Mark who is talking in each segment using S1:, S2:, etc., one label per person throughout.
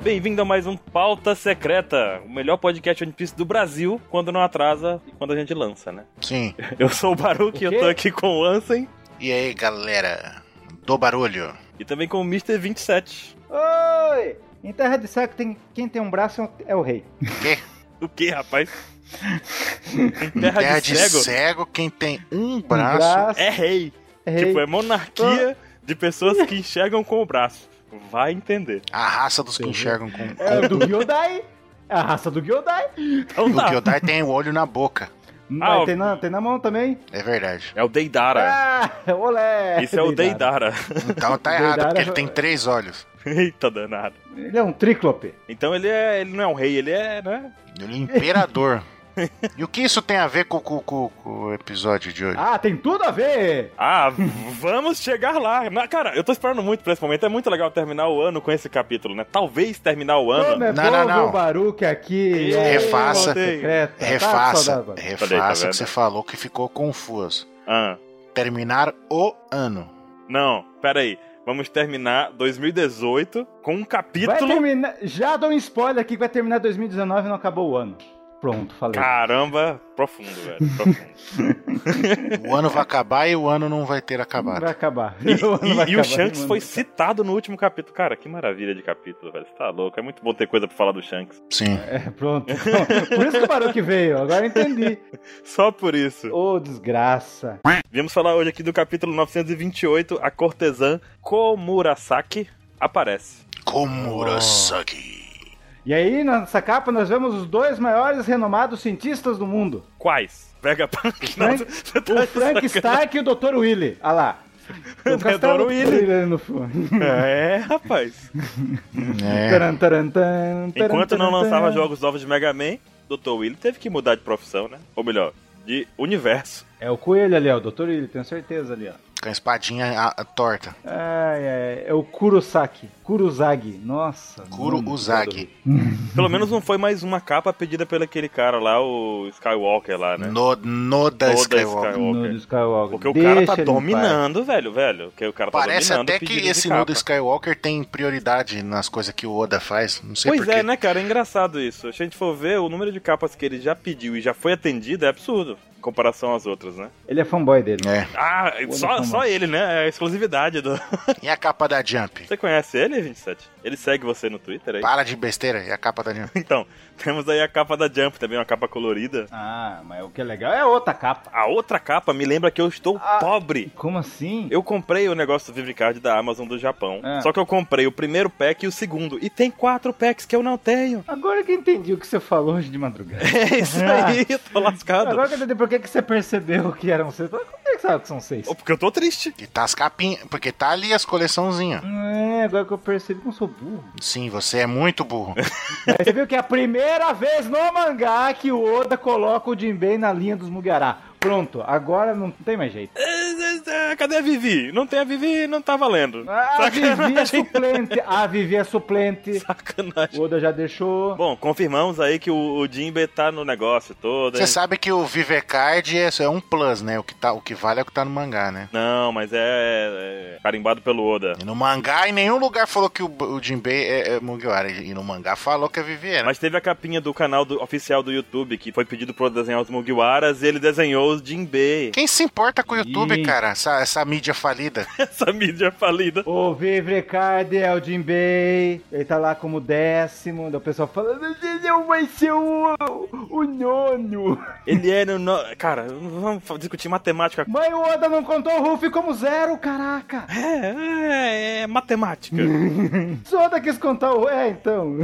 S1: Bem-vindo a mais um Pauta Secreta, o melhor podcast One Piece do Brasil, quando não atrasa e quando a gente lança, né?
S2: Sim.
S1: Eu sou o Baruque,
S3: O
S1: eu
S3: quê?
S1: tô aqui com o Ansem
S2: E aí, galera? Do barulho.
S1: e também com o Mr. 27.
S3: Oi! Em Terra de Seco, tem, quem tem um braço é o- é o rei.
S1: O que, rapaz? Em terra,
S2: Terra
S1: de, cego,
S2: quem tem um
S3: Um
S2: braço.
S1: é rei.
S3: é rei. Ah.
S1: Tipo, é monarquia de pessoas que enxergam com o braço. Vai entender.
S2: A raça dos que
S3: Sim.
S2: enxergam com.
S3: É
S2: com...
S3: o do Gyodai. É a raça do Gyodai.
S1: Então
S2: O
S1: tá.
S2: Kyodai tem o olho na boca.
S1: Ah,
S3: Mas
S1: ó.
S3: tem, na, tem na mão também.
S2: É verdade.
S1: É o Deidara.
S3: Ah, olé!
S1: Isso é o Deidara.
S2: Então tá
S3: O
S2: errado,
S3: Deidara-
S2: porque ele tem três olhos.
S1: Eita danado.
S3: Ele é um tríclope.
S1: Então ele é. Ele não é um rei, ele é, né?
S2: Ele é imperador. E o que isso tem a ver com, com- com- com o episódio de hoje?
S3: Ah, tem tudo a ver!
S1: Ah, vamos chegar lá. Na- Cara, eu tô esperando muito pra esse momento. É muito legal terminar o ano com esse capítulo, né? Talvez terminar o ano.
S3: Como é
S2: Não,
S3: bom
S2: não, não.
S3: ver o Baruque aqui.
S1: Ei,
S3: é,
S2: Refaça.
S3: Pauta secreta. Tá
S2: refaça.
S3: com saudade, Baruque.
S1: Olha aí, tá
S2: refaça
S1: vendo?
S2: que você falou que ficou confuso.
S1: Ah,
S2: Terminar o ano.
S1: não, pera aí. Vamos terminar 2018 com um
S3: Vai
S1: capítulo.
S3: terminar... Já dou um spoiler aqui que vai terminar 2019 e não acabou o ano. Pronto, falei.
S1: Caramba, profundo, velho. Profundo.
S2: O ano vai acabar e o ano não vai ter
S3: Vai
S2: acabado.
S3: acabar.
S1: E,
S3: O ano
S1: e-
S3: vai
S1: e o
S3: acabar,
S1: Shanks
S3: mano.
S1: foi citado no último capítulo. Cara, que maravilha de capítulo, velho. Você tá louco. É muito bom ter coisa pra falar do Shanks.
S2: Sim.
S3: É, pronto. Por isso que o Baruque veio. Agora eu entendi.
S1: Só por isso.
S3: Ô, desgraça.
S1: Viemos falar hoje aqui do capítulo 928. A cortesã Komurasaki aparece.
S2: Komurasaki.
S3: E aí, nessa capa, nós vemos os dois maiores renomados cientistas do mundo.
S1: Quais? Vegapunk? Não,
S3: Frank-
S1: você tá
S3: O
S1: de
S3: Frank
S1: sacanagem.
S3: Stark e o Dr. Willy. Ah lá.
S1: O
S3: O Castelo
S1: Dr.
S3: Willy.
S1: Willy.
S3: ali no fundo.
S1: É, rapaz.
S2: É.
S3: Taran, taran, taran, taran,
S1: Enquanto não
S3: taran,
S1: lançava
S3: taran.
S1: jogos novos de Mega Man, Dr. Willy teve que mudar de profissão, né? Ou melhor, de universo.
S3: É o coelho ali, ó. O Dr. Willy, tenho certeza ali, ó.
S2: Com a espadinha a- a torta.
S3: Ai, ai, é o Kurosaki. Kuruzagi. Nossa.
S2: Kuro
S3: mano.
S2: Uzagi.
S1: Pelo menos não foi mais uma capa pedida pelo aquele cara lá, o Skywalker lá, né?
S2: No, Noda
S1: Toda
S2: é Skywalker.
S1: Skywalker.
S3: No do Skywalker.
S1: É Porque o
S3: Deixa
S1: cara tá
S3: ele em
S1: dominando, velho, velho. Porque o cara tá
S2: Parece
S1: dominando
S2: até
S1: o
S2: que
S1: pedido de
S2: esse
S1: capa.
S2: Noda Skywalker tem prioridade nas coisas que o Oda faz. Não sei
S1: Pois
S2: porquê.
S1: é, né, cara? É engraçado isso. Se a gente for ver, o número de capas que ele já pediu e já foi atendido é absurdo em comparação às outras, né?
S3: paz. Ele é fanboy dele.
S2: É.
S1: Ah,
S3: Olha
S1: só,
S3: como.
S1: só ele, né? É a exclusividade do.
S2: E a capa da Jump?
S1: Você conhece ele, 27? Ele segue você no Twitter aí?
S2: Para de besteira, e a capa da Jump?
S1: Então, temos aí a capa da Jump também, uma capa colorida.
S3: Ah, mas o que é legal é outra capa.
S1: A outra capa me lembra que eu estou
S3: Ah.
S1: pobre.
S3: Como assim?
S1: Eu comprei o negócio do Vivre Card da Amazon do Japão.
S3: Ah.
S1: Só que eu comprei o primeiro pack e o segundo. E tem quatro packs que eu não tenho.
S3: Agora que eu entendi o que você falou hoje de madrugada.
S1: É isso aí, eu tô lascado.
S3: Ah. Agora que eu entendi por que, que você percebeu que eram seis. Como é que sabe que são seis?
S1: Porque eu tô triste.
S2: E tá as capinhas, porque tá ali as coleçãozinhas.
S3: É, agora que eu percebi que eu sou burro.
S2: Sim, você é muito burro.
S3: Aí você viu que é a primeira vez no mangá que o Oda coloca o Jinbei na linha dos Mugiará. Pronto, agora não tem mais jeito.
S1: É, é, é, Cadê a Vivi? Não tem a Vivi, não tá valendo.
S3: A Vivi é
S1: Sacanagem.
S3: suplente. A Vivi é suplente. O
S1: Sacanagem.
S3: Oda já deixou.
S1: Bom, confirmamos aí que o, o Jinbe tá no negócio todo.
S2: Você
S1: hein?
S2: sabe que o Vivecard é, é um plus, né? O que, tá, o que vale é o que tá no mangá, né?
S1: Não, mas é, é carimbado pelo Oda.
S2: E no mangá, em nenhum lugar falou que o, o Jinbei é, é Mugiwara. E no mangá falou que é a Vivi era.
S1: Mas teve a capinha do canal do- oficial do YouTube que foi pedido pro Oda desenhar os Mugiwaras e ele desenhou os Jinbe.
S2: Quem se importa com o YouTube,
S3: Ih.
S2: cara? Essa, essa mídia falida.
S1: Essa mídia falida.
S3: O Vivrecard é o Jinbei, ele tá lá como décimo, daí o pessoal fala, mas ele vai ser o, o nono.
S1: Ele era. No... Cara, não vamos fa- discutir matemática.
S3: Mas o Oda não contou o Ruffy como zero, caraca.
S1: É, é, é matemática.
S3: Se o Oda quis contar o... É, então.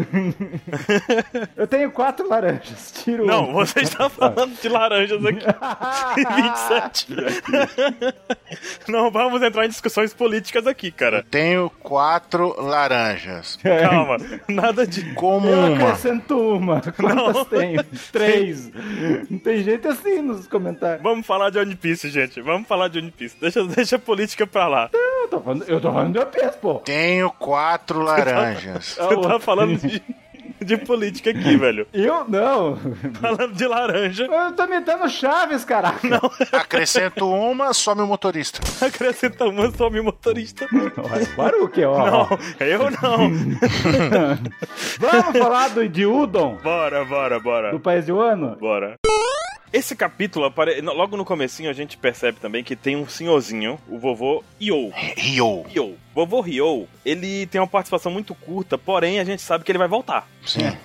S3: Eu tenho quatro laranjas, tiro
S1: não,
S3: um.
S1: você está falando de laranjas aqui. 27. Não vamos entrar em discussões políticas aqui, cara.
S2: Tenho quatro laranjas.
S1: Calma, nada de.
S2: Como
S3: Eu
S2: uma.
S3: acrescento uma. Quantas tenho? Três. Tem gente assim nos comentários.
S1: Vamos falar de One Piece, gente. Vamos falar de One Piece. Deixa, deixa a política pra lá.
S3: Eu tô falando, eu tô falando de OPs, pô.
S2: Tenho quatro laranjas.
S1: Você tá falando de. de política aqui, velho.
S3: Eu não.
S1: Falando de laranja,
S3: Eu tô imitando Chaves, caraca.
S2: Acrescento uma, some o motorista.
S1: acrescenta uma some motorista.
S3: Olha, é Baruque, ó.
S1: Não, eu não.
S3: Vamos falar do, de Udon,
S1: Bora, bora, bora.
S3: do país de Wano?
S1: Bora. Esse capítulo, apare- no- logo no comecinho, a gente percebe também que tem um senhorzinho, o vovô Yo.
S2: Rio.
S1: Ryo. Vovô Ryo, ele tem uma participação muito curta, porém a gente sabe que ele vai voltar,
S2: Sim.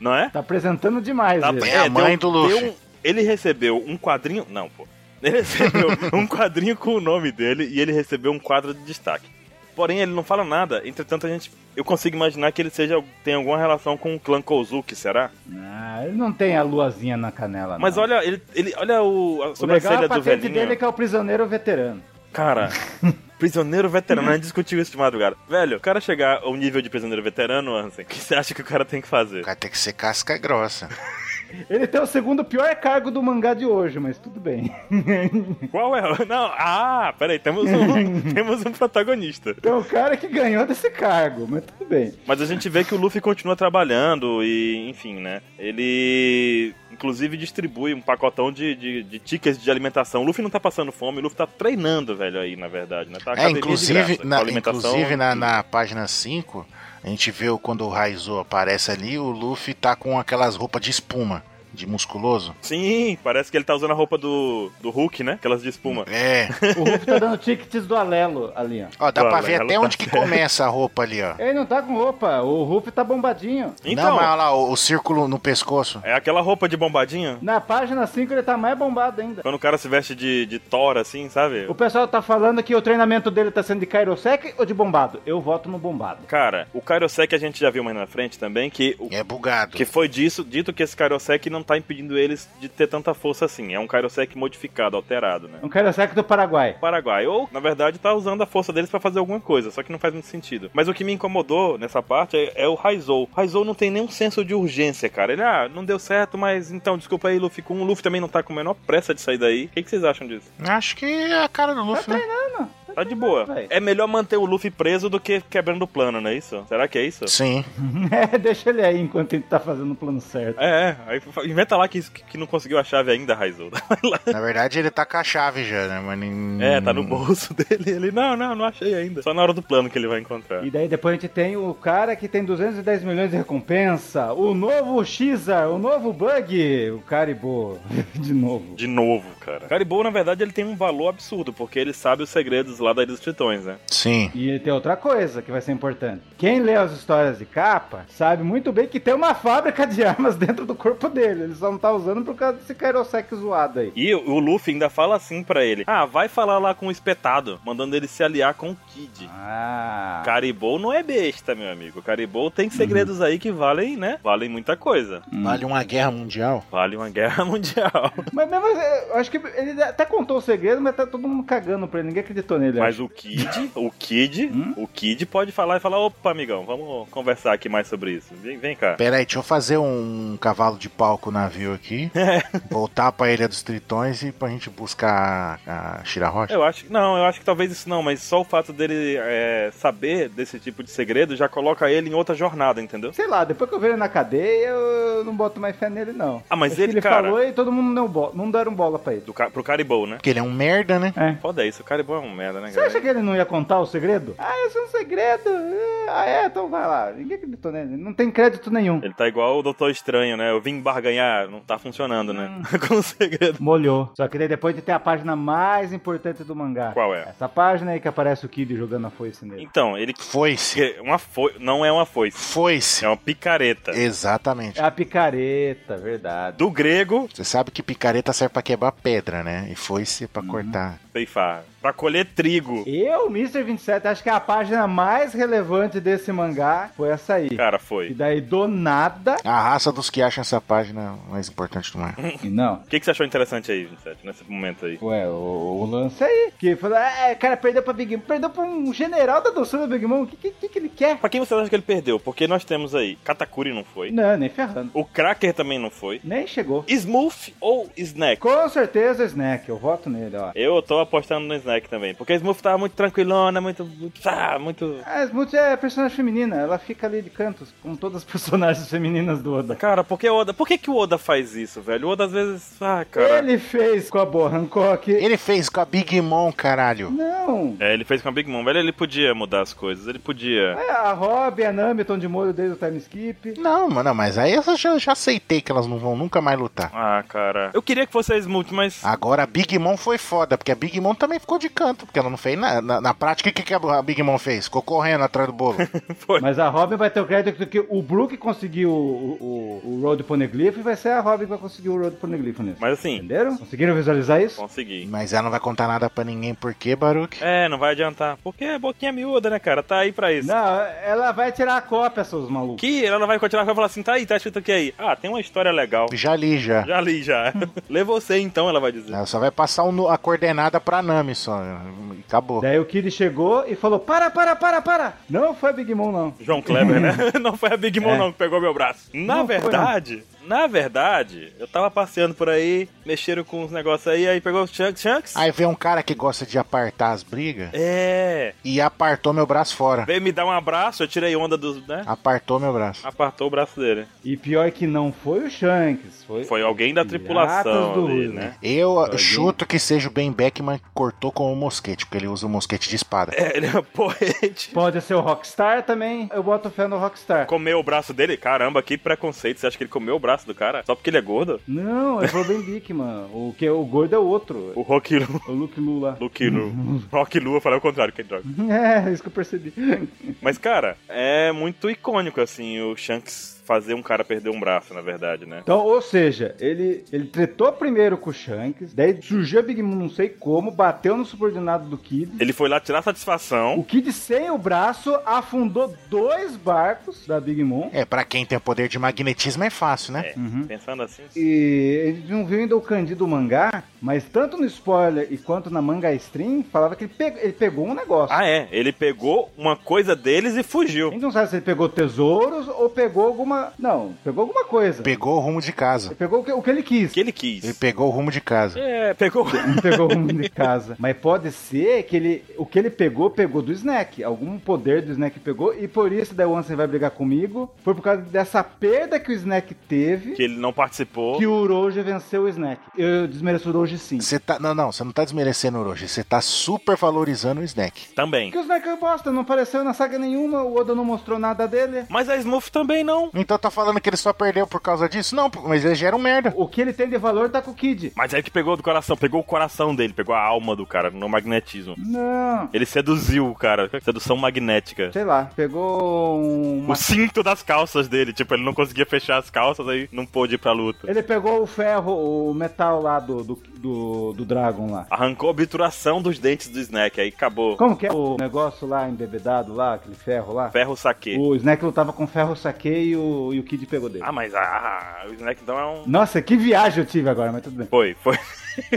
S1: não é?
S3: Tá apresentando demais
S1: Tá-
S3: ele.
S2: É a mãe do Luffy.
S1: um, ele recebeu um quadrinho. Não, pô. Ele recebeu um quadrinho com o nome dele e ele recebeu um quadro de destaque. Porém, ele não fala nada. Entretanto, a gente. Eu consigo imaginar que ele seja tem alguma relação com o clã Kozuki, será?
S3: Ah, ele não tem a luazinha na canela,
S1: Mas
S3: não.
S1: olha, ele, ele olha o, a
S3: o legal é
S1: sobrancelha
S3: a
S1: do
S3: patente
S1: velhinho.
S3: dele que é o prisioneiro veterano.
S1: Cara, prisioneiro veterano, a gente discutiu isso de madrugada. Velho, o cara chegar ao nível de prisioneiro veterano, Ansem, o que você acha que o cara tem que
S2: O
S1: fazer?
S2: cara tem que ser casca grossa.
S3: Ele tem o segundo pior cargo do mangá de hoje, mas tudo bem.
S1: Qual é? o- Não, ah, peraí, temos um, temos um protagonista.
S3: Tem Então, o cara que ganhou desse cargo, mas tudo bem.
S1: Mas a gente vê que o Luffy continua trabalhando e, enfim, né? Ele, inclusive, distribui um pacotão de, de, de tickets de alimentação. O Luffy não tá passando fome, o Luffy tá treinando, velho, aí, na verdade, né? Tá
S2: É,
S1: academia de graça,
S2: inclusive,
S1: com
S2: na,
S1: alimentação-
S2: inclusive na, na página 5, a gente vê o- quando o Raizo aparece ali, o Luffy tá com aquelas roupas de espuma, de musculoso.
S1: Sim, parece que ele tá usando a roupa do, do Hulk, né? Aquelas de espuma.
S2: É.
S3: O Ruff tá dando tickets do Alelo ali, ó.
S2: Ó, dá pra
S1: Olha,
S2: ver
S1: ela
S2: até
S1: tá
S2: onde que
S1: certa.
S2: começa a roupa ali, ó.
S3: Ele não tá com roupa, o Ruff tá bombadinho.
S1: Então,
S2: Não, mas olha lá, o, o círculo no pescoço.
S1: é aquela roupa de bombadinha?
S3: Na página 5 ele tá mais bombado ainda.
S1: Quando o cara se veste de, de tora, assim, sabe?
S3: O pessoal tá falando que o treinamento dele tá sendo de Kairosek ou de bombado? Eu voto no bombado.
S1: Cara, o Kairosek a gente já viu mais na frente também, que o
S2: É bugado.
S1: Que foi disso, dito que esse Kairosek não tá impedindo eles de ter tanta força assim. É um Kairosek modificado, alterado, né?
S3: Um Kairosek do Paraguai.
S1: Paraguai. Ou, na verdade, tá usando a força deles pra fazer alguma coisa, só que não faz muito sentido. Mas o que me incomodou nessa parte é, é o Raizou. Raizou não tem nenhum senso de urgência, cara. Ele, ah, não deu certo, mas então, desculpa aí, Luffy Kun. O Luffy também não tá com a menor pressa de sair daí. O que, que vocês acham disso?
S2: Acho que é a cara do Luffy, né?
S1: Tá de boa.
S3: Véi.
S1: É melhor manter o Luffy preso do que quebrando o plano, não é isso? Será que é isso?
S2: Sim.
S3: É, deixa ele aí enquanto ele tá fazendo o plano certo.
S1: É, é. Aí fa- inventa lá que, isso- que não conseguiu a chave ainda, Raizou. Vai lá.
S2: Na verdade, ele tá com a chave já, né? Mas nem-
S1: É, tá no bolso dele. Ele, não, não, não achei ainda. Só na hora do plano que ele vai encontrar.
S3: E daí depois a gente tem o cara que tem 210 milhões de recompensa, o novo Xar, o novo Bug, o Caribou, de novo.
S1: De novo, cara. Caribou, na verdade, ele tem um valor absurdo, porque ele sabe os segredos lá da Ilha dos Tritões, né?
S2: Sim.
S3: E tem outra coisa que vai ser importante. Quem lê as histórias de capa sabe muito bem que tem uma fábrica de armas dentro do corpo dele. Ele só não tá usando por causa desse Kairosek zoado aí.
S1: E o o Luffy ainda fala assim pra ele: Ah, vai falar lá com o espetado, mandando ele se aliar com o Kid.
S3: Ah.
S1: Caribou não é besta, meu amigo. Caribou tem segredos aí que valem, né? Valem muita coisa.
S2: Vale uma guerra mundial.
S1: Vale uma guerra mundial.
S3: Mas mesmo assim, eu acho que ele até contou o segredo, mas tá todo mundo cagando pra ele. Ninguém acreditou nele. eu
S1: Mas o Kid, o Kid, o Kid pode falar e falar: opa, amigão, vamos conversar aqui mais sobre isso. Vem, vem cá.
S2: Pera aí, deixa eu fazer um cavalo de pau com o navio aqui.
S1: É.
S2: voltar pra Ilha dos Tritões e pra gente buscar a, a Shirahoshi.
S1: Eu acho que não, eu acho que talvez isso não, mas só o fato dele é, saber desse tipo de segredo já coloca ele em outra jornada, entendeu?
S3: Sei lá, depois que eu ver ele na cadeia, eu não boto mais fé nele, não.
S1: Ah, mas
S3: Acho que
S1: ele, cara-
S3: falou e todo mundo não, bo- não deram bola pra ele.
S1: Do, ca- pro Caribou, né?
S2: Porque ele é um merda, né?
S3: É.
S1: Foda isso, o Caribou é um merda, né,
S3: Você
S1: cara?
S3: acha que ele não ia contar o segredo? Ah, esse é um segredo. É, Ah, é, então vai lá. Ninguém acreditou nele. Não tem crédito nenhum.
S1: Ele tá igual o Doutor Estranho, né? Eu vim barganhar, não tá funcionando, né? Com o segredo.
S3: Molhou. Só que daí depois de ter a página mais importante do mangá.
S1: Qual é?
S3: Essa página aí que aparece o Kid jogando a foice nele.
S1: Então, ele.
S2: Foice.
S1: Uma foi. Não é uma foice,
S2: Foice.
S1: é uma picareta.
S2: Exatamente.
S3: É a picareta, verdade.
S1: Do grego,
S2: Você sabe que picareta serve pra quebrar pedra, né? E foice pra cortar.
S1: ceifar. Pra colher trigo.
S3: Eu, Mr. 27, acho que a página mais relevante desse mangá foi essa aí.
S1: Cara,
S3: E
S1: foi.
S3: daí, do nada...
S2: A raça dos que acham essa página mais importante do mar.
S1: Uhum.
S3: Não.
S1: O que, que você achou interessante aí, 27, nesse momento aí?
S3: Ué, o, o lance aí. Que falou, é, cara, perdeu pra Big Mom. Perdeu pra um general da adoção do Big Mom. O que, que, que, que ele quer?
S1: Pra quem você acha que ele perdeu? Porque nós temos aí. Katakuri não foi.
S3: Não, nem ferrando.
S1: O Cracker também não foi.
S3: Nem chegou.
S1: Smooth ou Snack?
S3: Com certeza, Snack. Eu voto nele, ó.
S1: Eu tô tava apostando no Snack também. Porque a Smurf tava muito tranquilona, muito. muito, ah, muito...
S3: A Smooth é personagem feminina, ela fica ali de cantos com todas as personagens femininas do Oda.
S1: Cara, por que Oda? Por que, que o Oda faz isso, velho? O Oda às vezes. Ah, cara.
S3: Ele fez com a Boa Hancock.
S2: Ele fez com a Big Mom, caralho.
S3: Não.
S1: É, ele fez com a Big Mom, velho. Ele podia mudar as coisas, ele podia.
S3: É, a Robin, a Nami, o Tom de Molho desde o time skip.
S2: Não, mano, mas aí eu já, já aceitei que elas não vão nunca mais lutar.
S1: Ah, cara. Eu queria que fosse a Smooth, mas.
S2: Agora a Big Mom foi foda, porque a Big Mom também ficou de canto, porque ela não fez nada. Na, na prática, o que, que a Big Mom fez? Ficou correndo atrás do bolo.
S1: Foi.
S3: Ah, Mas a Robin vai ter o crédito porque o Brook conseguiu o, o, o Road Poneglyph e vai ser a Robin que vai conseguir o Road Poneglyph nisso.
S1: Mas assim,
S3: Entenderam? Conseguiram visualizar isso?
S1: consegui.
S2: Mas ela não vai contar nada pra ninguém, por quê, Baruque?
S1: É, não vai adiantar. Porque é boquinha miúda, né, cara? Tá aí pra isso.
S3: Não, ela vai tirar a cópia, seus malucos.
S1: Que ela não vai continuar vai falar assim, tá aí, tá escrito o que aí? Ah, tem uma história legal.
S2: Já li, já.
S1: Já li, já. Lê você então, ela vai dizer.
S2: Ela só vai passar o nu- a coordenada pra Nami só. e Acabou.
S3: Daí o Kid chegou e falou: para, para, para, para! Não foi a Big Mom, não.
S1: João Kleber, né? não foi a Big Mom,
S3: É.
S1: não, que pegou meu braço. Na
S3: Não foi,
S1: verdade. Na verdade, eu tava passeando por aí, mexeram com uns negócios aí, aí pegou o Chunks. Chunks?
S2: Aí vem um cara que gosta de apartar as brigas
S1: É.
S2: e apartou meu braço fora.
S1: Veio me dar um abraço, eu tirei onda dos. né?
S2: Apartou meu braço.
S1: Apartou o braço dele.
S3: E pior que não foi o Shanks, foi.
S1: Foi alguém da
S3: Piratas
S1: tripulação
S3: do-
S1: ali, né?
S2: Eu chuto que seja o Ben Beckman que cortou com o mosquete, porque ele usa o mosquete de espada.
S1: É, ele é um poente.
S3: Pode ser o Rockstar também, eu boto fé no Rockstar.
S1: Comeu o braço dele? Caramba, que preconceito. Você acha que ele comeu o braço do cara? Só porque ele é gordo?
S3: Não, é o Ben Bickman. O que o gordo é o outro.
S1: O Rock Lu.
S3: O Luke Lula.
S1: Luke Lu.
S3: Uhum.
S1: Rock Lu, eu falei o contrário, que droga.
S3: É, isso que eu percebi.
S1: Mas, cara, é muito icônico, assim, o Shanks fazer um cara perder um braço, na verdade, né?
S3: Então, ou seja, ele, ele tretou primeiro com o Shanks, daí surgiu a Big Mom não sei como, bateu no subordinado do Kid.
S1: Ele foi lá tirar satisfação.
S3: O Kid sem o braço afundou dois barcos da Big Mom.
S2: É, pra quem tem poder de magnetismo é fácil, né?
S1: É,
S3: Uhum.
S1: pensando assim.
S3: E a gente não viu ainda o Candido mangá, mas tanto no spoiler e quanto na manga stream, falava que ele, pe- ele pegou um negócio.
S1: Ah, é. Ele pegou uma coisa deles e
S3: A
S1: fugiu.
S3: gente não sabe se ele pegou tesouros ou pegou alguma. Não, pegou alguma coisa.
S2: Pegou o rumo de casa.
S3: Ele pegou o que, o que ele quis.
S1: Que ele
S2: Ele
S1: quis.
S2: pegou o rumo de casa.
S1: É, pegou.
S3: Não pegou o rumo de casa. Mas pode ser que ele, o que ele pegou, pegou do Snack. Algum poder do Snack pegou. E por isso daí o Ansem vai brigar comigo. Foi por causa dessa perda que o Snack teve
S1: que ele não participou.
S3: que o Uroji venceu o Snack. Eu desmereço o Uroji sim.
S2: Você tá. Não, não, você não tá desmerecendo o Orochi. Você tá super valorizando o Snack.
S1: Também.
S3: Porque o Snack é bosta, não apareceu na saga nenhuma, o Oda não mostrou nada dele.
S1: Mas a Smurf também não.
S2: Então tá falando que ele só perdeu por causa disso? Não, mas ele gera um merda.
S3: O que ele tem de valor tá com o Kid.
S1: Mas é que pegou do coração, pegou o coração dele, pegou a alma do cara no magnetismo.
S3: Não.
S1: Ele seduziu o cara, sedução magnética.
S3: Sei lá, pegou um.
S1: O cinto das calças dele, tipo, ele não conseguia fechar as calças, aí não pôde ir pra luta.
S3: Ele pegou o ferro, o metal lá do, do, do, do Dragon lá.
S1: Arrancou a obturação dos dentes do Snack, aí acabou.
S3: Como que é o negócio lá embebedado lá, aquele ferro lá?
S1: Ferro saque.
S3: O Snack lutava com ferro, saquei e o, e o Kid pegou dele.
S1: Ah, mas ah, o Snack então é um.
S3: Nossa, que viagem eu tive agora, mas tudo bem.
S1: Foi, foi,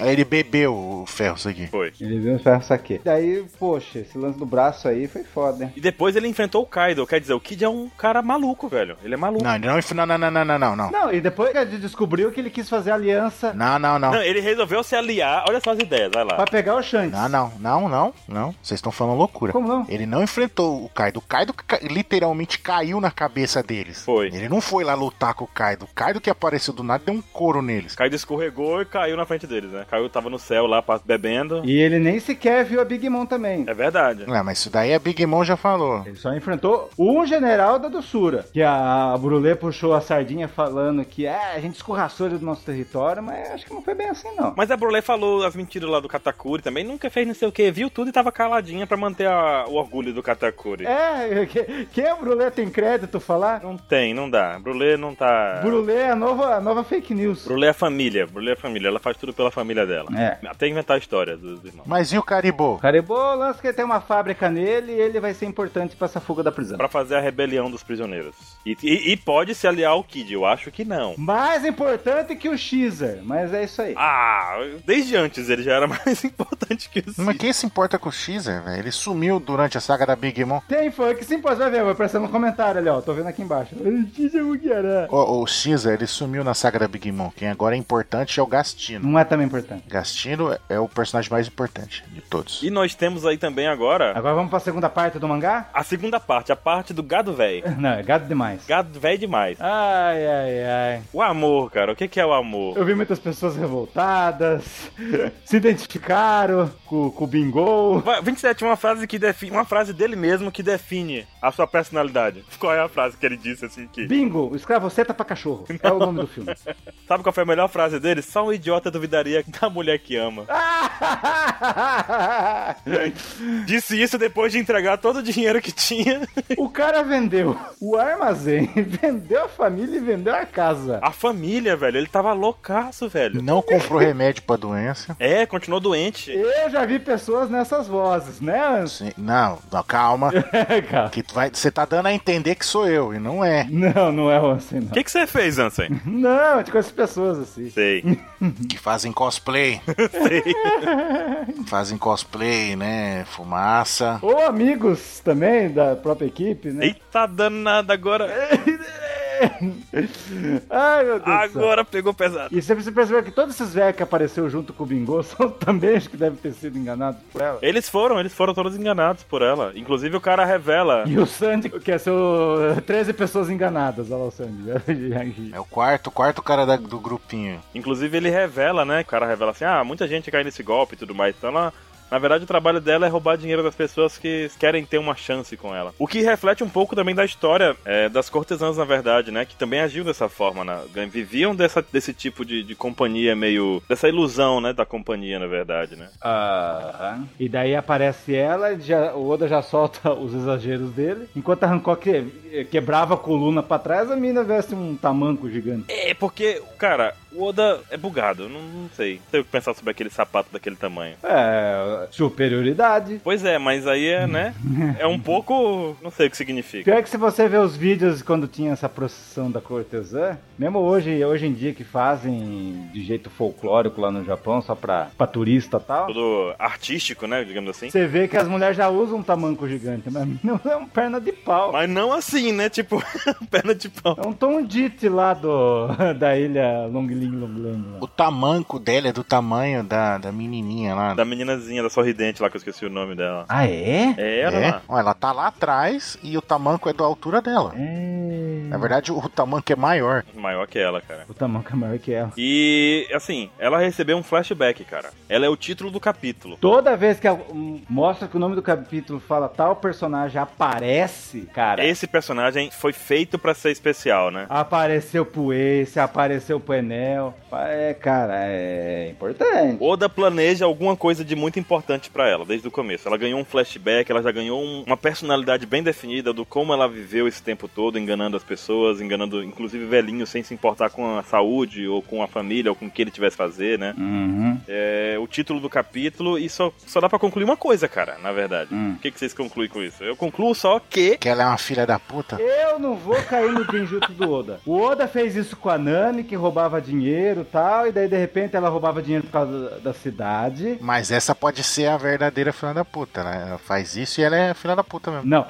S2: Aí ele bebeu o ferro, isso aqui.
S1: foi.
S3: Ele viu um ferro, saquei. Daí, poxa, esse lance do braço aí foi foda, hein?
S1: E depois ele enfrentou o Kaido. Quer dizer, o Kid é um cara maluco, velho. Ele é maluco.
S2: Não, ele não. enfi- Não, não, não, não, não, não. Não,
S3: Não, e depois que ele descobriu que ele quis fazer aliança
S2: não, não. Não,
S1: Não, ele resolveu se aliar. Olha só as ideias, vai lá.
S3: pra pegar o Shanks.
S2: Ah, não, não, não, não. não. Vocês estão falando loucura.
S3: Como não?
S2: Ele não enfrentou o Kaido. O Kaido ca- literalmente caiu na cabeça deles.
S1: Foi.
S2: Ele não foi lá lutar com o Kaido. O Kaido que apareceu do nada deu um couro neles.
S1: Kaido escorregou e caiu na frente deles, né? Caiu, tava no céu lá pa- bebendo.
S3: E ele nem sequer viu a Big Mom também.
S1: É verdade.
S2: Não, mas isso daí a Big Mom já falou.
S3: Ele só enfrentou um general da doçura. Que a Brulé puxou a sardinha falando que é, a gente escorraçou ele do nosso território, mas acho que não foi bem assim, não.
S1: Mas a Brulé falou as mentiras lá do Katakuri também, nunca fez não sei o que, viu tudo e tava caladinha pra manter a- o orgulho do Katakuri.
S3: É, que, que a Brulé tem crédito falar?
S1: Não tem, não dá. Brulé não tá.
S3: Brulé é a nova, a nova fake news.
S1: Brulé é a família, Brulé é a família, ela faz tudo pela família dela.
S3: É.
S1: Até inventar a história dos irmãos.
S2: Mas e o Caribou?
S3: Caribou lança que tem uma fábrica nele e ele vai ser importante pra essa fuga da prisão.
S1: Pra fazer a rebelião dos prisioneiros. E, e- e pode se aliar ao Kid, eu acho que não.
S3: Mais importante que o Xer, mas é isso aí.
S1: Ah, desde antes ele já era mais importante que isso.
S2: Mas quem se importa com o Xer, velho? Ele sumiu durante a saga da Big Mom.
S3: Tem funk, sim, pode ver, vai aparecer no comentário ali, ó. Tô vendo aqui embaixo. O Xer é o que era.
S2: O, o Caesar, ele sumiu na saga da Big Mom. Quem agora é importante é o Gastino.
S3: Não é também também é importante.
S2: Gastino é- é o personagem mais importante de todos.
S1: E nós temos aí também agora
S3: Agora vamos pra segunda parte do mangá?
S1: a segunda parte, a parte do gado velho.
S3: Não, é gado demais.
S1: Gado velho demais.
S3: Ai, ai, ai.
S1: O amor, cara, o que que é o amor?
S3: Eu vi muitas pessoas revoltadas, se identificaram com, com o Bingo.
S1: Vai, 27 é uma frase que define, uma frase dele mesmo que define a sua personalidade. Qual é a frase que ele disse assim que?
S3: Bingo, o escravoceta pra cachorro. É o nome do filme.
S1: Sabe qual foi a melhor frase dele? Só um idiota duvidaria da mulher que ama. Disse isso depois de entregar todo o dinheiro que tinha.
S3: o cara vendeu o armazém, vendeu a família e vendeu a casa.
S1: A família, velho, ele tava loucaço, velho.
S2: Não comprou remédio pra doença.
S1: É, continuou doente.
S3: Eu já vi pessoas nessas vozes, né, Anson?
S2: Sim. Não, não, calma.
S1: É,
S3: Cara,
S2: Que tu vai, você tá dando a entender que sou eu, e não é.
S3: Não, não é o Ansem, não.
S1: O que que você fez, Ansem?
S3: Não, de com essas pessoas assim.
S1: Sei.
S2: Que fazem cosplay. fazem cosplay, né? Fumaça.
S3: Ou amigos também da própria equipe, né?
S1: Eita danada agora.
S3: Ai, meu Deus. do céu.
S1: Agora pegou pesado.
S3: E você precisa perceber que todos esses velhos que apareceram junto com o Bingo são também acho que devem ter sido enganados por ela.
S1: Eles foram, eles foram todos enganados por ela. Inclusive o cara revela.
S3: E o Sandy, que é seu 13 pessoas enganadas, olha lá o Sandy.
S2: É o quarto, quarto cara da- do grupinho.
S1: Inclusive ele revela, né? O cara revela assim: ah, muita gente cai nesse golpe e tudo mais. Então ela. Na verdade, o trabalho dela é roubar dinheiro das pessoas que querem ter uma chance com ela. O que reflete um pouco também da história é, das cortesãs, na verdade, né? Que também agiam dessa forma, né? Viviam dessa, desse tipo de, de companhia meio. dessa ilusão, né? Da companhia, na verdade, né?
S3: Aham. E daí aparece ela, e já, o Oda já solta os exageros dele. Enquanto a Hancock que- eh, quebrava a coluna pra trás, a mina veste um tamanco gigante.
S1: É porque, cara, o Oda é bugado. eu Não, não sei. Não sei o que pensar sobre aquele sapato daquele tamanho.
S3: É, superioridade.
S1: Pois é, mas aí é, né? É um pouco. Não sei o que significa.
S3: Pior que se você ver os vídeos quando tinha essa procissão da cortesã, mesmo hoje, hoje em dia que fazem de jeito folclórico lá no Japão, só pra, pra turista e tal,
S1: Tudo artístico, né? Digamos assim.
S3: você vê que as mulheres já usam um tamanco gigante, mas não é um perna de pau.
S1: Mas não assim, né? Tipo, perna de pau.
S3: É um Tom Dit lá do, da ilha Longling Longlang.
S2: O tamanco dela é do tamanho da, da menininha lá.
S1: Da meninazinha, da sorridente lá, que eu esqueci o nome dela.
S3: Ah, é?
S1: É, era
S2: É,
S1: lá.
S2: ó, ela tá lá atrás e o tamanco é da altura dela.
S3: É.
S2: Na verdade, o tamanco é maior.
S1: Maior que ela, cara.
S3: O tamanco é maior que ela.
S1: E, assim, ela recebeu um flashback, cara. Ela é o título do capítulo.
S3: Toda vez que a- um- mostra que o nome do capítulo fala tal personagem aparece, cara.
S1: Esse personagem foi feito pra ser especial, né?
S3: Apareceu pro Ace, apareceu pro Enel. É, cara, é importante.
S1: Oda planeja alguma coisa de muito importante pra ela desde o começo. Ela ganhou um flashback, ela já ganhou um- uma personalidade bem definida do como ela viveu esse tempo todo, enganando as pessoas, enganando inclusive velhinhos sem se importar com a saúde ou com a família ou com o que ele tivesse fazer, né?
S3: Uhum.
S1: É o título do capítulo e só, só dá pra concluir uma coisa, cara, na verdade.
S3: Hum.
S1: O que, que vocês concluem com isso? Eu concluo só que
S2: Que ela é uma filha da puta.
S3: Eu não vou cair no genjutsu do Oda. O Oda fez isso com a Nami, que roubava dinheiro e tal, e daí de repente ela roubava dinheiro por causa da- da cidade.
S2: Mas essa pode ser a verdadeira filha da puta, né? Ela faz isso e ela é filha da puta mesmo.
S3: Não.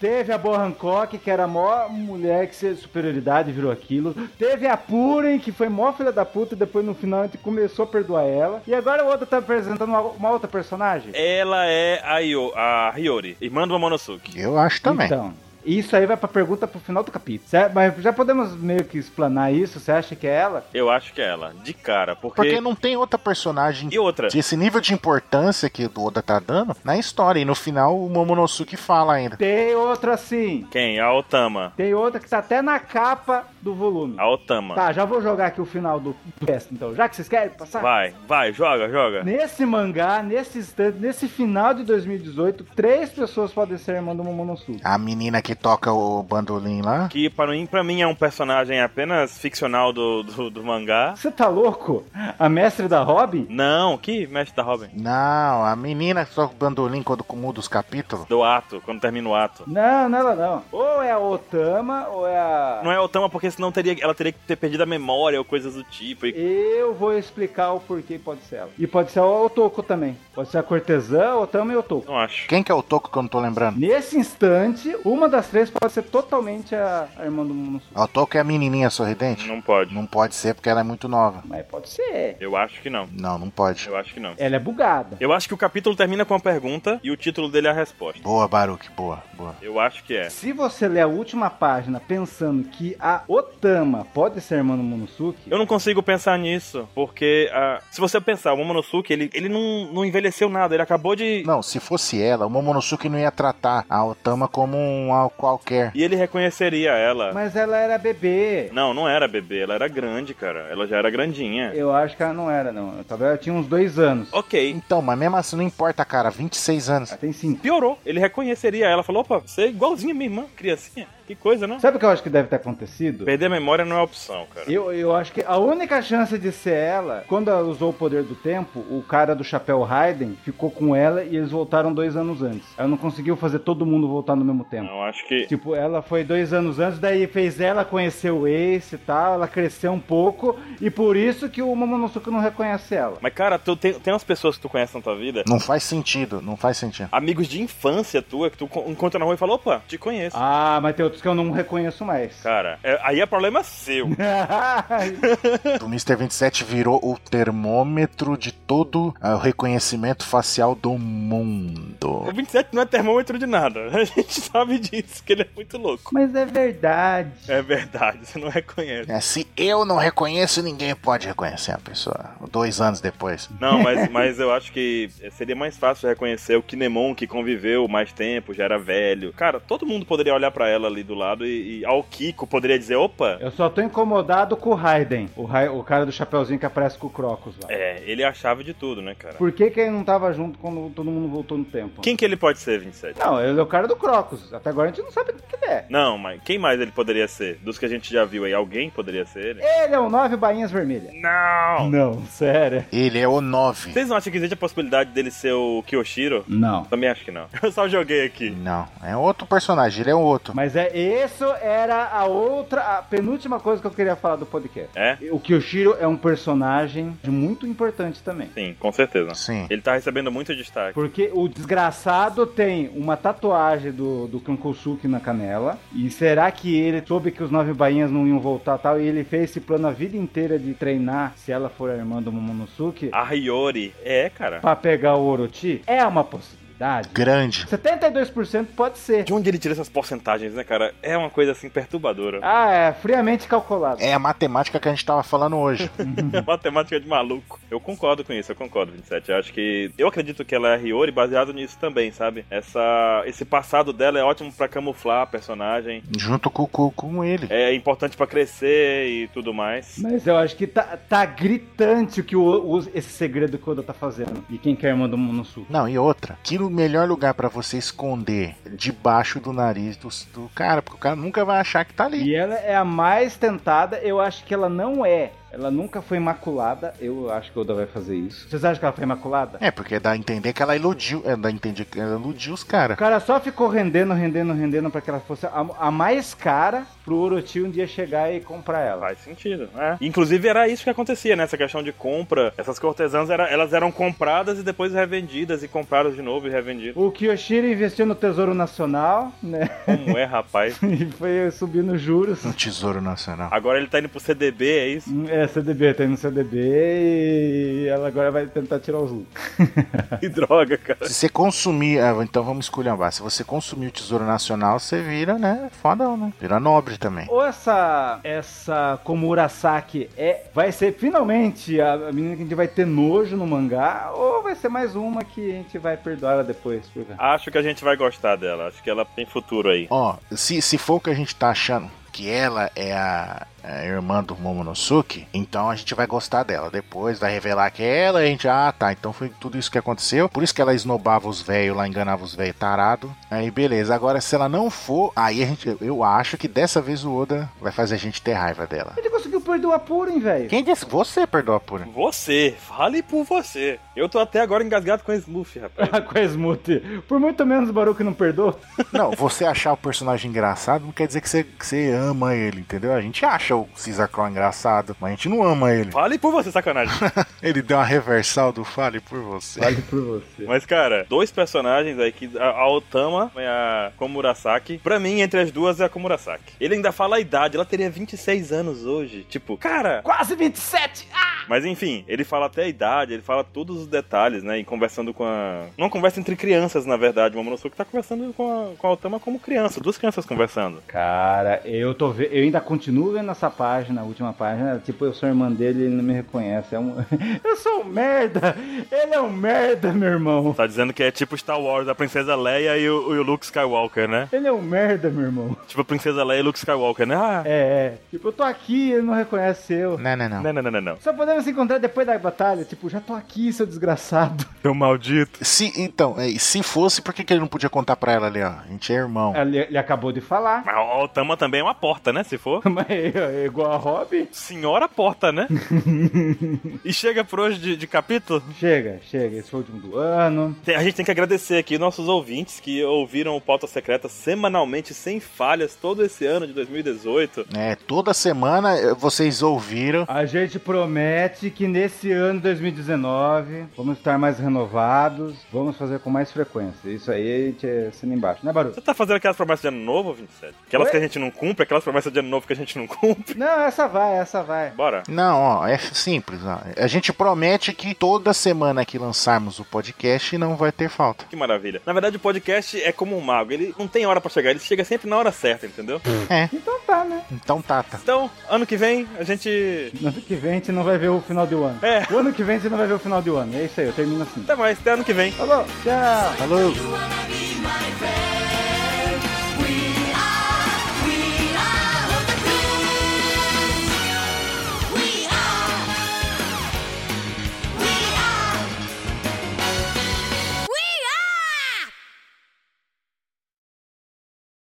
S3: Teve a Boa Hancock, que era a maior mulher que se superioridade virou aquilo. Teve a Puren, que foi mó filha da puta, e depois no final a gente começou a perdoar ela. E agora o Oda tá apresentando uma, uma outra personagem?
S1: ela é a, Io, a Hiyori, irmã do Momonosuke.
S2: Eu acho também.
S3: Então, isso aí vai pra pergunta pro final do capítulo. Certo? Mas já podemos meio que explanar isso, você acha que é ela?
S1: Eu acho que é ela, de cara, porque.
S2: Porque não tem outra personagem
S1: E outra,
S2: desse nível de importância que o Oda tá dando na história. E no final o Momonosuke fala ainda.
S3: Tem outra sim.
S1: quem? A Otama.
S3: Tem outra que tá até na capa do volume.
S1: A Otama.
S3: Tá, já vou jogar aqui o final do do teste, então. Já que vocês querem passar?
S1: Vai, vai, joga, joga.
S3: Nesse mangá, nesse instante, nesse final de 2018, três pessoas podem ser irmã do Momonosuke.
S2: A menina que toca o bandolim lá.
S1: Que pra mim, pra mim é um personagem apenas ficcional do, do, do mangá.
S3: Você tá louco? A mestre da Robin?
S1: Não, que mestre da Robin?
S2: Não, a menina que toca o bandolim quando muda os capítulos.
S1: Do ato, quando termina o ato.
S3: Não, não é ela não. Ou é a Otama, ou é a...
S1: Não é a Otama porque senão teria, ela teria que ter perdido a memória ou coisas do tipo. E...
S3: Eu vou explicar o porquê pode ser ela. E pode ser o Otoko também. Pode ser a cortesã, Otama e Otoko.
S1: Não acho.
S2: Quem que é o Toco que eu não tô lembrando?
S3: Nesse instante, uma das três pode ser totalmente a, a irmã do Momonosuke.
S2: Ah, O Toco é a menininha sorridente?
S1: Não pode.
S2: Não pode ser porque ela é muito nova.
S3: Mas pode ser.
S1: Eu acho que não.
S2: Não, não pode.
S1: Eu acho que não.
S3: Ela é bugada.
S1: Eu acho que o capítulo termina com a pergunta e o título dele é a resposta.
S2: Boa, Baruque, boa, boa.
S1: Eu acho que é.
S3: Se você ler a última página pensando que a Otama pode ser a irmã do Momonosuke,
S1: Eu não consigo pensar nisso, porque ah, se você pensar, o Momonosuke, ele, ele não, não envelheceu nada, ele acabou de...
S2: Não, se fosse ela, o Momonosuke não ia tratar a Otama como um al- qualquer.
S1: E ele reconheceria ela.
S3: mas ela era bebê.
S1: Não, não era bebê, ela era grande, cara. Ela já era grandinha.
S3: Eu acho que ela não era, não. Talvez ela tinha uns dois anos.
S1: Ok.
S2: Então, mas mesmo assim, não importa, cara, 26 anos.
S3: Ela tem cinco.
S1: Piorou. Ele reconheceria ela. Falou, opa, você é igualzinha minha irmã, criancinha. Que coisa, né?
S3: Sabe o que eu acho que deve ter acontecido?
S1: Perder a memória não é opção, cara.
S3: Eu, eu acho que a única chance de ser ela, quando ela usou o poder do tempo, o cara do chapéu Raiden ficou com ela e eles voltaram dois anos antes. Ela não conseguiu fazer todo mundo voltar no mesmo tempo.
S1: Não, acho que...
S3: Tipo, ela foi dois anos antes, daí fez ela conhecer o Ace e tal, ela cresceu um pouco, e por isso que o Momonosuke não reconhece ela.
S1: Mas, cara, tu, tem, tem umas pessoas que tu conhece na tua vida,
S2: Não faz sentido, não faz sentido.
S1: amigos de infância tua, que tu co- encontra na rua e fala, opa, te conheço.
S3: Ah, mas tem outros que eu não reconheço mais.
S1: Cara, é- aí é problema seu.
S2: O Mr. 27 virou o termômetro de todo ah, o reconhecimento facial do mundo.
S1: O 27 não é termômetro de nada. A gente sabe disso, que ele é muito louco.
S3: mas é verdade.
S1: É verdade, você não reconhece.
S2: É, se eu não reconheço, ninguém pode reconhecer a pessoa. Dois anos depois.
S1: Não, mas, mas eu acho que seria mais fácil reconhecer o Kinemon que conviveu mais tempo, já era velho. Cara, todo mundo poderia olhar pra ela ali do lado e, e ao Kiko poderia dizer, opa,
S3: Eu só tô incomodado com o Raiden, o, Ra- o cara do chapéuzinho que aparece com o Crocus lá.
S1: é, ele é a chave de tudo, né, cara?
S3: Por que, que ele não tava junto quando todo mundo voltou no tempo?
S1: Quem que ele pode ser, 27?
S3: Não, ele é o cara do Crocus. Até agora a gente não sabe o que que ele é.
S1: Não, mas quem mais ele poderia ser? Dos que a gente já viu aí, alguém poderia ser ele?
S3: Ele é o nove bainhas vermelhas.
S1: Não!
S3: Não, sério?
S2: Ele é o 9.
S1: Vocês não acham que existe a possibilidade dele ser o Kyoshiro?
S3: Não.
S1: Também acho que não. Eu só joguei aqui.
S2: Não, é outro personagem, ele é outro.
S3: Mas é isso era a outra, a penúltima coisa que eu queria falar do podcast.
S1: É?
S3: O Kyoshiro é um personagem muito importante também.
S1: Sim, com certeza.
S2: Sim.
S1: Ele tá recebendo muito destaque.
S3: Porque o desgraçado tem uma tatuagem do, do Kankosuke na canela. E será que ele soube que os nove bainhas não iam voltar e tal? E ele fez esse plano a vida inteira de treinar, se ela for a irmã do Momonosuke,
S1: A Hiyori. É, cara.
S3: pra pegar o Orochi? É uma possibilidade.
S2: Grande.
S3: 72% pode ser.
S1: De onde ele tira essas porcentagens, né, cara? É uma coisa assim perturbadora.
S3: Ah, é friamente calculado.
S2: É a matemática que a gente tava falando hoje.
S1: Matemática de maluco. Eu concordo com isso, eu concordo, 27. Eu acho que. Eu acredito que ela é a Hiyori baseado nisso também, sabe? Essa... Esse passado dela é ótimo pra camuflar a personagem.
S2: junto com, com, com ele.
S1: É importante pra crescer e tudo mais.
S3: Mas eu acho que tá, tá gritante o que o, o- esse segredo que o Oda tá fazendo. E quem quer mandar no sul.
S2: Não, e outra, que o melhor lugar pra você esconder debaixo do nariz do, do cara, porque o cara nunca vai achar que tá ali.
S3: E ela é a mais tentada, eu acho que ela não é. Ela nunca foi maculada, eu acho que o Oda vai fazer isso. Vocês acham que ela foi maculada?
S2: É, porque dá a entender que ela iludiu, é, dá a entender que ela iludiu os
S3: O
S2: caras.
S3: cara só ficou rendendo, rendendo, rendendo pra que ela fosse a, a mais cara pro Orochi um dia chegar e comprar ela.
S1: Faz sentido, é. Inclusive era isso que acontecia, né? Essa questão de compra. Essas cortesãs, era- elas eram compradas e depois revendidas e compradas de novo e revendidas.
S3: O Kiyoshiro investiu no Tesouro Nacional, né?
S1: Como é, rapaz?
S3: E foi subindo juros.
S2: No Tesouro Nacional.
S1: Agora ele tá indo pro CDB, é isso?
S3: É, CDB, tá indo no CDB e ela agora vai tentar tirar os lucros.
S1: Que droga, cara.
S2: Se você consumir, ah, então vamos esculhambar. Se você consumir o Tesouro Nacional, você vira, né? Fodão, né? Vira nobre também.
S3: Ou essa essa Komurasaki é vai ser finalmente a a menina que a gente vai ter nojo no mangá, ou vai ser mais uma que a gente vai perdoar ela depois, por ver.
S1: Acho que a gente vai gostar dela. Acho que ela tem futuro aí.
S2: Ó, se, se for o que a gente tá achando, que ela é a, é, irmã do Momonosuke, então a gente vai gostar dela. Depois vai revelar que é ela, a gente, ah, tá, então foi tudo isso que aconteceu. Por isso que ela esnobava os velhos lá, enganava os velhos tarado. Aí beleza, agora se ela não for, aí a gente, eu acho que dessa vez o Oda vai fazer a gente ter raiva dela.
S3: Ele conseguiu perder o apuro, hein, velho?
S2: Quem disse? Você perdoa por.
S1: Você, fale por você. Eu tô até agora engasgado com a Smooth, rapaz.
S3: Ah, com a Smooth. Por muito menos o Baruque não perdoa.
S2: Não, você achar o personagem engraçado não quer dizer que você, que você ama ele, entendeu? A gente acha o Caesar Crow engraçado, mas a gente não ama ele.
S1: Fale por você, sacanagem.
S2: Ele deu uma reversal do Fale por você.
S3: Vale por você.
S1: Mas, cara, dois personagens aí que a, a Otama e a Komurasaki. Pra mim, entre as duas é a Komurasaki. Ele ainda fala a idade, ela teria 26 anos hoje. Tipo, cara.
S3: Quase 27! Ah!
S1: Mas enfim, ele fala até a idade, ele fala todos os detalhes, né? E conversando com a. Não conversa entre crianças, na verdade. O Momonosuke tá conversando com a, com a Otama como criança, duas crianças conversando.
S3: Cara, eu tô ve... eu ainda continuo vendo essa página, a última página. Tipo, eu sou irmã dele ele não me reconhece. É um... eu sou um merda! Ele é um merda, meu irmão!
S1: Tá dizendo que é tipo Star Wars, a Princesa Leia e o, e o Luke Skywalker, né?
S3: Ele é um merda, meu irmão.
S1: Tipo a Princesa Leia e Luke Skywalker, né? Ah,
S3: É, é. Tipo, eu tô aqui ele não reconhece eu.
S2: Não, não, não.
S1: não, não, não, não, não.
S3: Só podemos se encontrar depois da batalha. Tipo, já tô aqui, seu desgraçado.
S1: Seu maldito.
S2: Se, então, é, se fosse, por que, que ele não podia contar pra ela ali, ó? A gente é irmão.
S3: Ele, ele acabou de falar.
S1: Mas a Otama também é uma porta, né? Se for.
S3: Mas é igual a Robin.
S1: Senhora porta, né? e chega por hoje de, de capítulo.
S3: Chega, chega. Esse foi o último do ano.
S1: Tem- A gente tem que agradecer aqui nossos ouvintes que ouviram o Pauta Secreta semanalmente, sem falhas, todo esse ano de 2018.
S2: É, toda semana eh, vocês ouviram.
S3: A gente promete que nesse ano 2019 vamos estar mais renovados, vamos fazer com mais frequência. Isso aí a gente assina embaixo, né, Baru?
S1: Você tá fazendo aquelas promessas de ano novo, 27? Aquelas
S3: Oi?
S1: que a gente não cumpre, aquelas promessas de ano novo que a gente não cumpre.
S3: Não, essa vai, essa vai.
S1: Bora.
S2: Não, ó, é simples. Ó. A gente promete que toda semana que lançarmos o podcast não vai ter falta.
S1: Que maravilha. Na verdade, o podcast é como um mago. Ele não tem hora pra chegar, ele chega sempre na hora certa, entendeu?
S3: Então tá, né?
S2: É, Então, Tata.
S1: Então, ano que vem, a gente.
S3: No ano que vem a gente não vai ver o final do ano.
S1: É.
S3: O ano que vem a gente não vai ver o final do ano. É isso aí, eu termino assim.
S1: Até mais, até ano que vem.
S3: Falou, tchau!
S2: Falou!
S4: You wanna be my friend?